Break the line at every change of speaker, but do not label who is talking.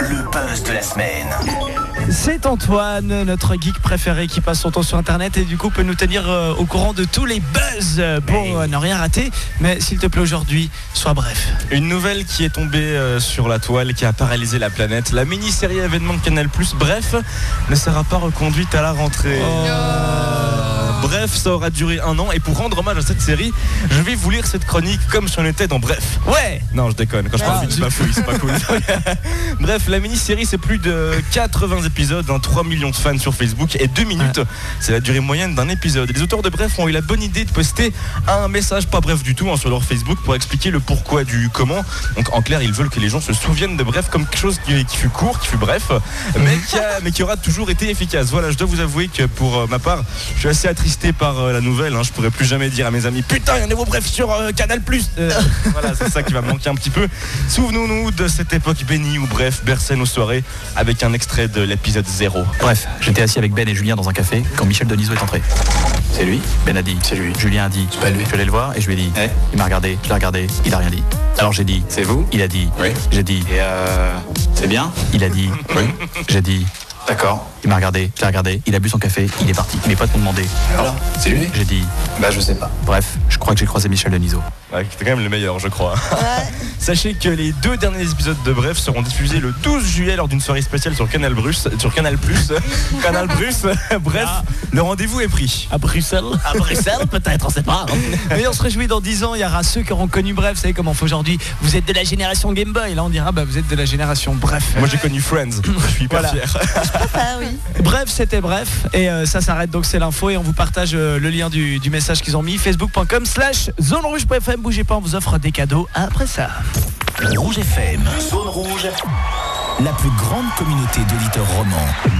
le buzz de la semaine.
C'est Antoine, notre geek préféré qui passe son temps sur internet et du coup peut nous tenir euh, au courant de tous les buzz euh, pour euh, ne rien rater. Mais s'il te plaît aujourd'hui, sois bref.
Une nouvelle qui est tombée euh, sur la toile, qui a paralysé la planète. La mini-série événement de Canal+, bref, ne sera pas reconduite à la rentrée.
Oh.
Euh, Bref, ça aura duré un an et pour rendre hommage à cette série, je vais vous lire cette chronique comme si on était dans Bref.
Ouais
Non, je déconne, quand je parle vite, je bafouille, c'est pas cool. Bref, la mini-série, c'est plus de 80 épisodes, hein, 3 millions de fans sur Facebook et 2 minutes. C'est la durée moyenne d'un épisode. Et Les auteurs de Bref ont eu la bonne idée de poster un message pas bref du tout hein, sur leur Facebook pour expliquer le pourquoi du comment. Donc en clair, ils veulent que les gens se souviennent de Bref comme quelque chose qui, qui fut court, qui fut bref, mais qui, a- mais qui aura toujours été efficace. Voilà, je dois vous avouer que pour euh, ma part, je suis assez attristé par euh, la nouvelle. hein. Je pourrais plus jamais dire à mes amis Putain, il y a un nouveau Bref sur euh, Canal. Euh, voilà, c'est ça qui va me manquer un petit peu. Souvenons-nous de cette époque bénie où Bref berçait nos soirées avec un extrait de l'épisode 0.
Bref, j'étais assis avec Ben et Julien dans un café quand Michel Denisot est entré.
C'est lui
Ben a dit. C'est lui. Julien a dit. C'est
pas lui.
Je l'ai le voir et je lui ai dit.
Ouais.
Il m'a regardé, je l'ai regardé, il a rien dit. Alors j'ai dit.
C'est vous
Il a dit.
Oui.
J'ai dit.
Et euh, c'est bien
Il a dit.
Oui.
J'ai dit.
D'accord.
Il m'a regardé, je l'ai regardé, il a bu son café, il est parti. Mes potes m'ont demandé.
Alors, c'est lui
J'ai dit.
Bah je sais pas.
Bref, je crois que j'ai croisé Michel Denisot.
Ouais, C'était quand même le meilleur, je crois. Sachez que les deux derniers épisodes de Bref seront diffusés le 12 juillet lors d'une soirée spéciale sur Canal Bruce, sur Canal Plus, Canal Plus. Bref, le rendez-vous est pris.
À Bruxelles
À Bruxelles, peut-être, on sait pas. hein.
Mais on se réjouit dans 10 ans, il y aura ceux qui auront connu Bref, vous savez comment on fait aujourd'hui. Vous êtes de la génération Game Boy, là on dira bah vous êtes de la génération Bref.
Moi j'ai connu Friends, je suis hyper
Voilà.
fier.
Ah oui.
Bref, c'était bref. Et euh, ça s'arrête donc, c'est l'info. Et on vous partage euh, le lien du, du message qu'ils ont mis. Facebook.com slash zone rouge.fm. Bougez pas, on vous offre des cadeaux après ça.
Rouge FM, zone rouge, la plus grande communauté d'auditeurs romans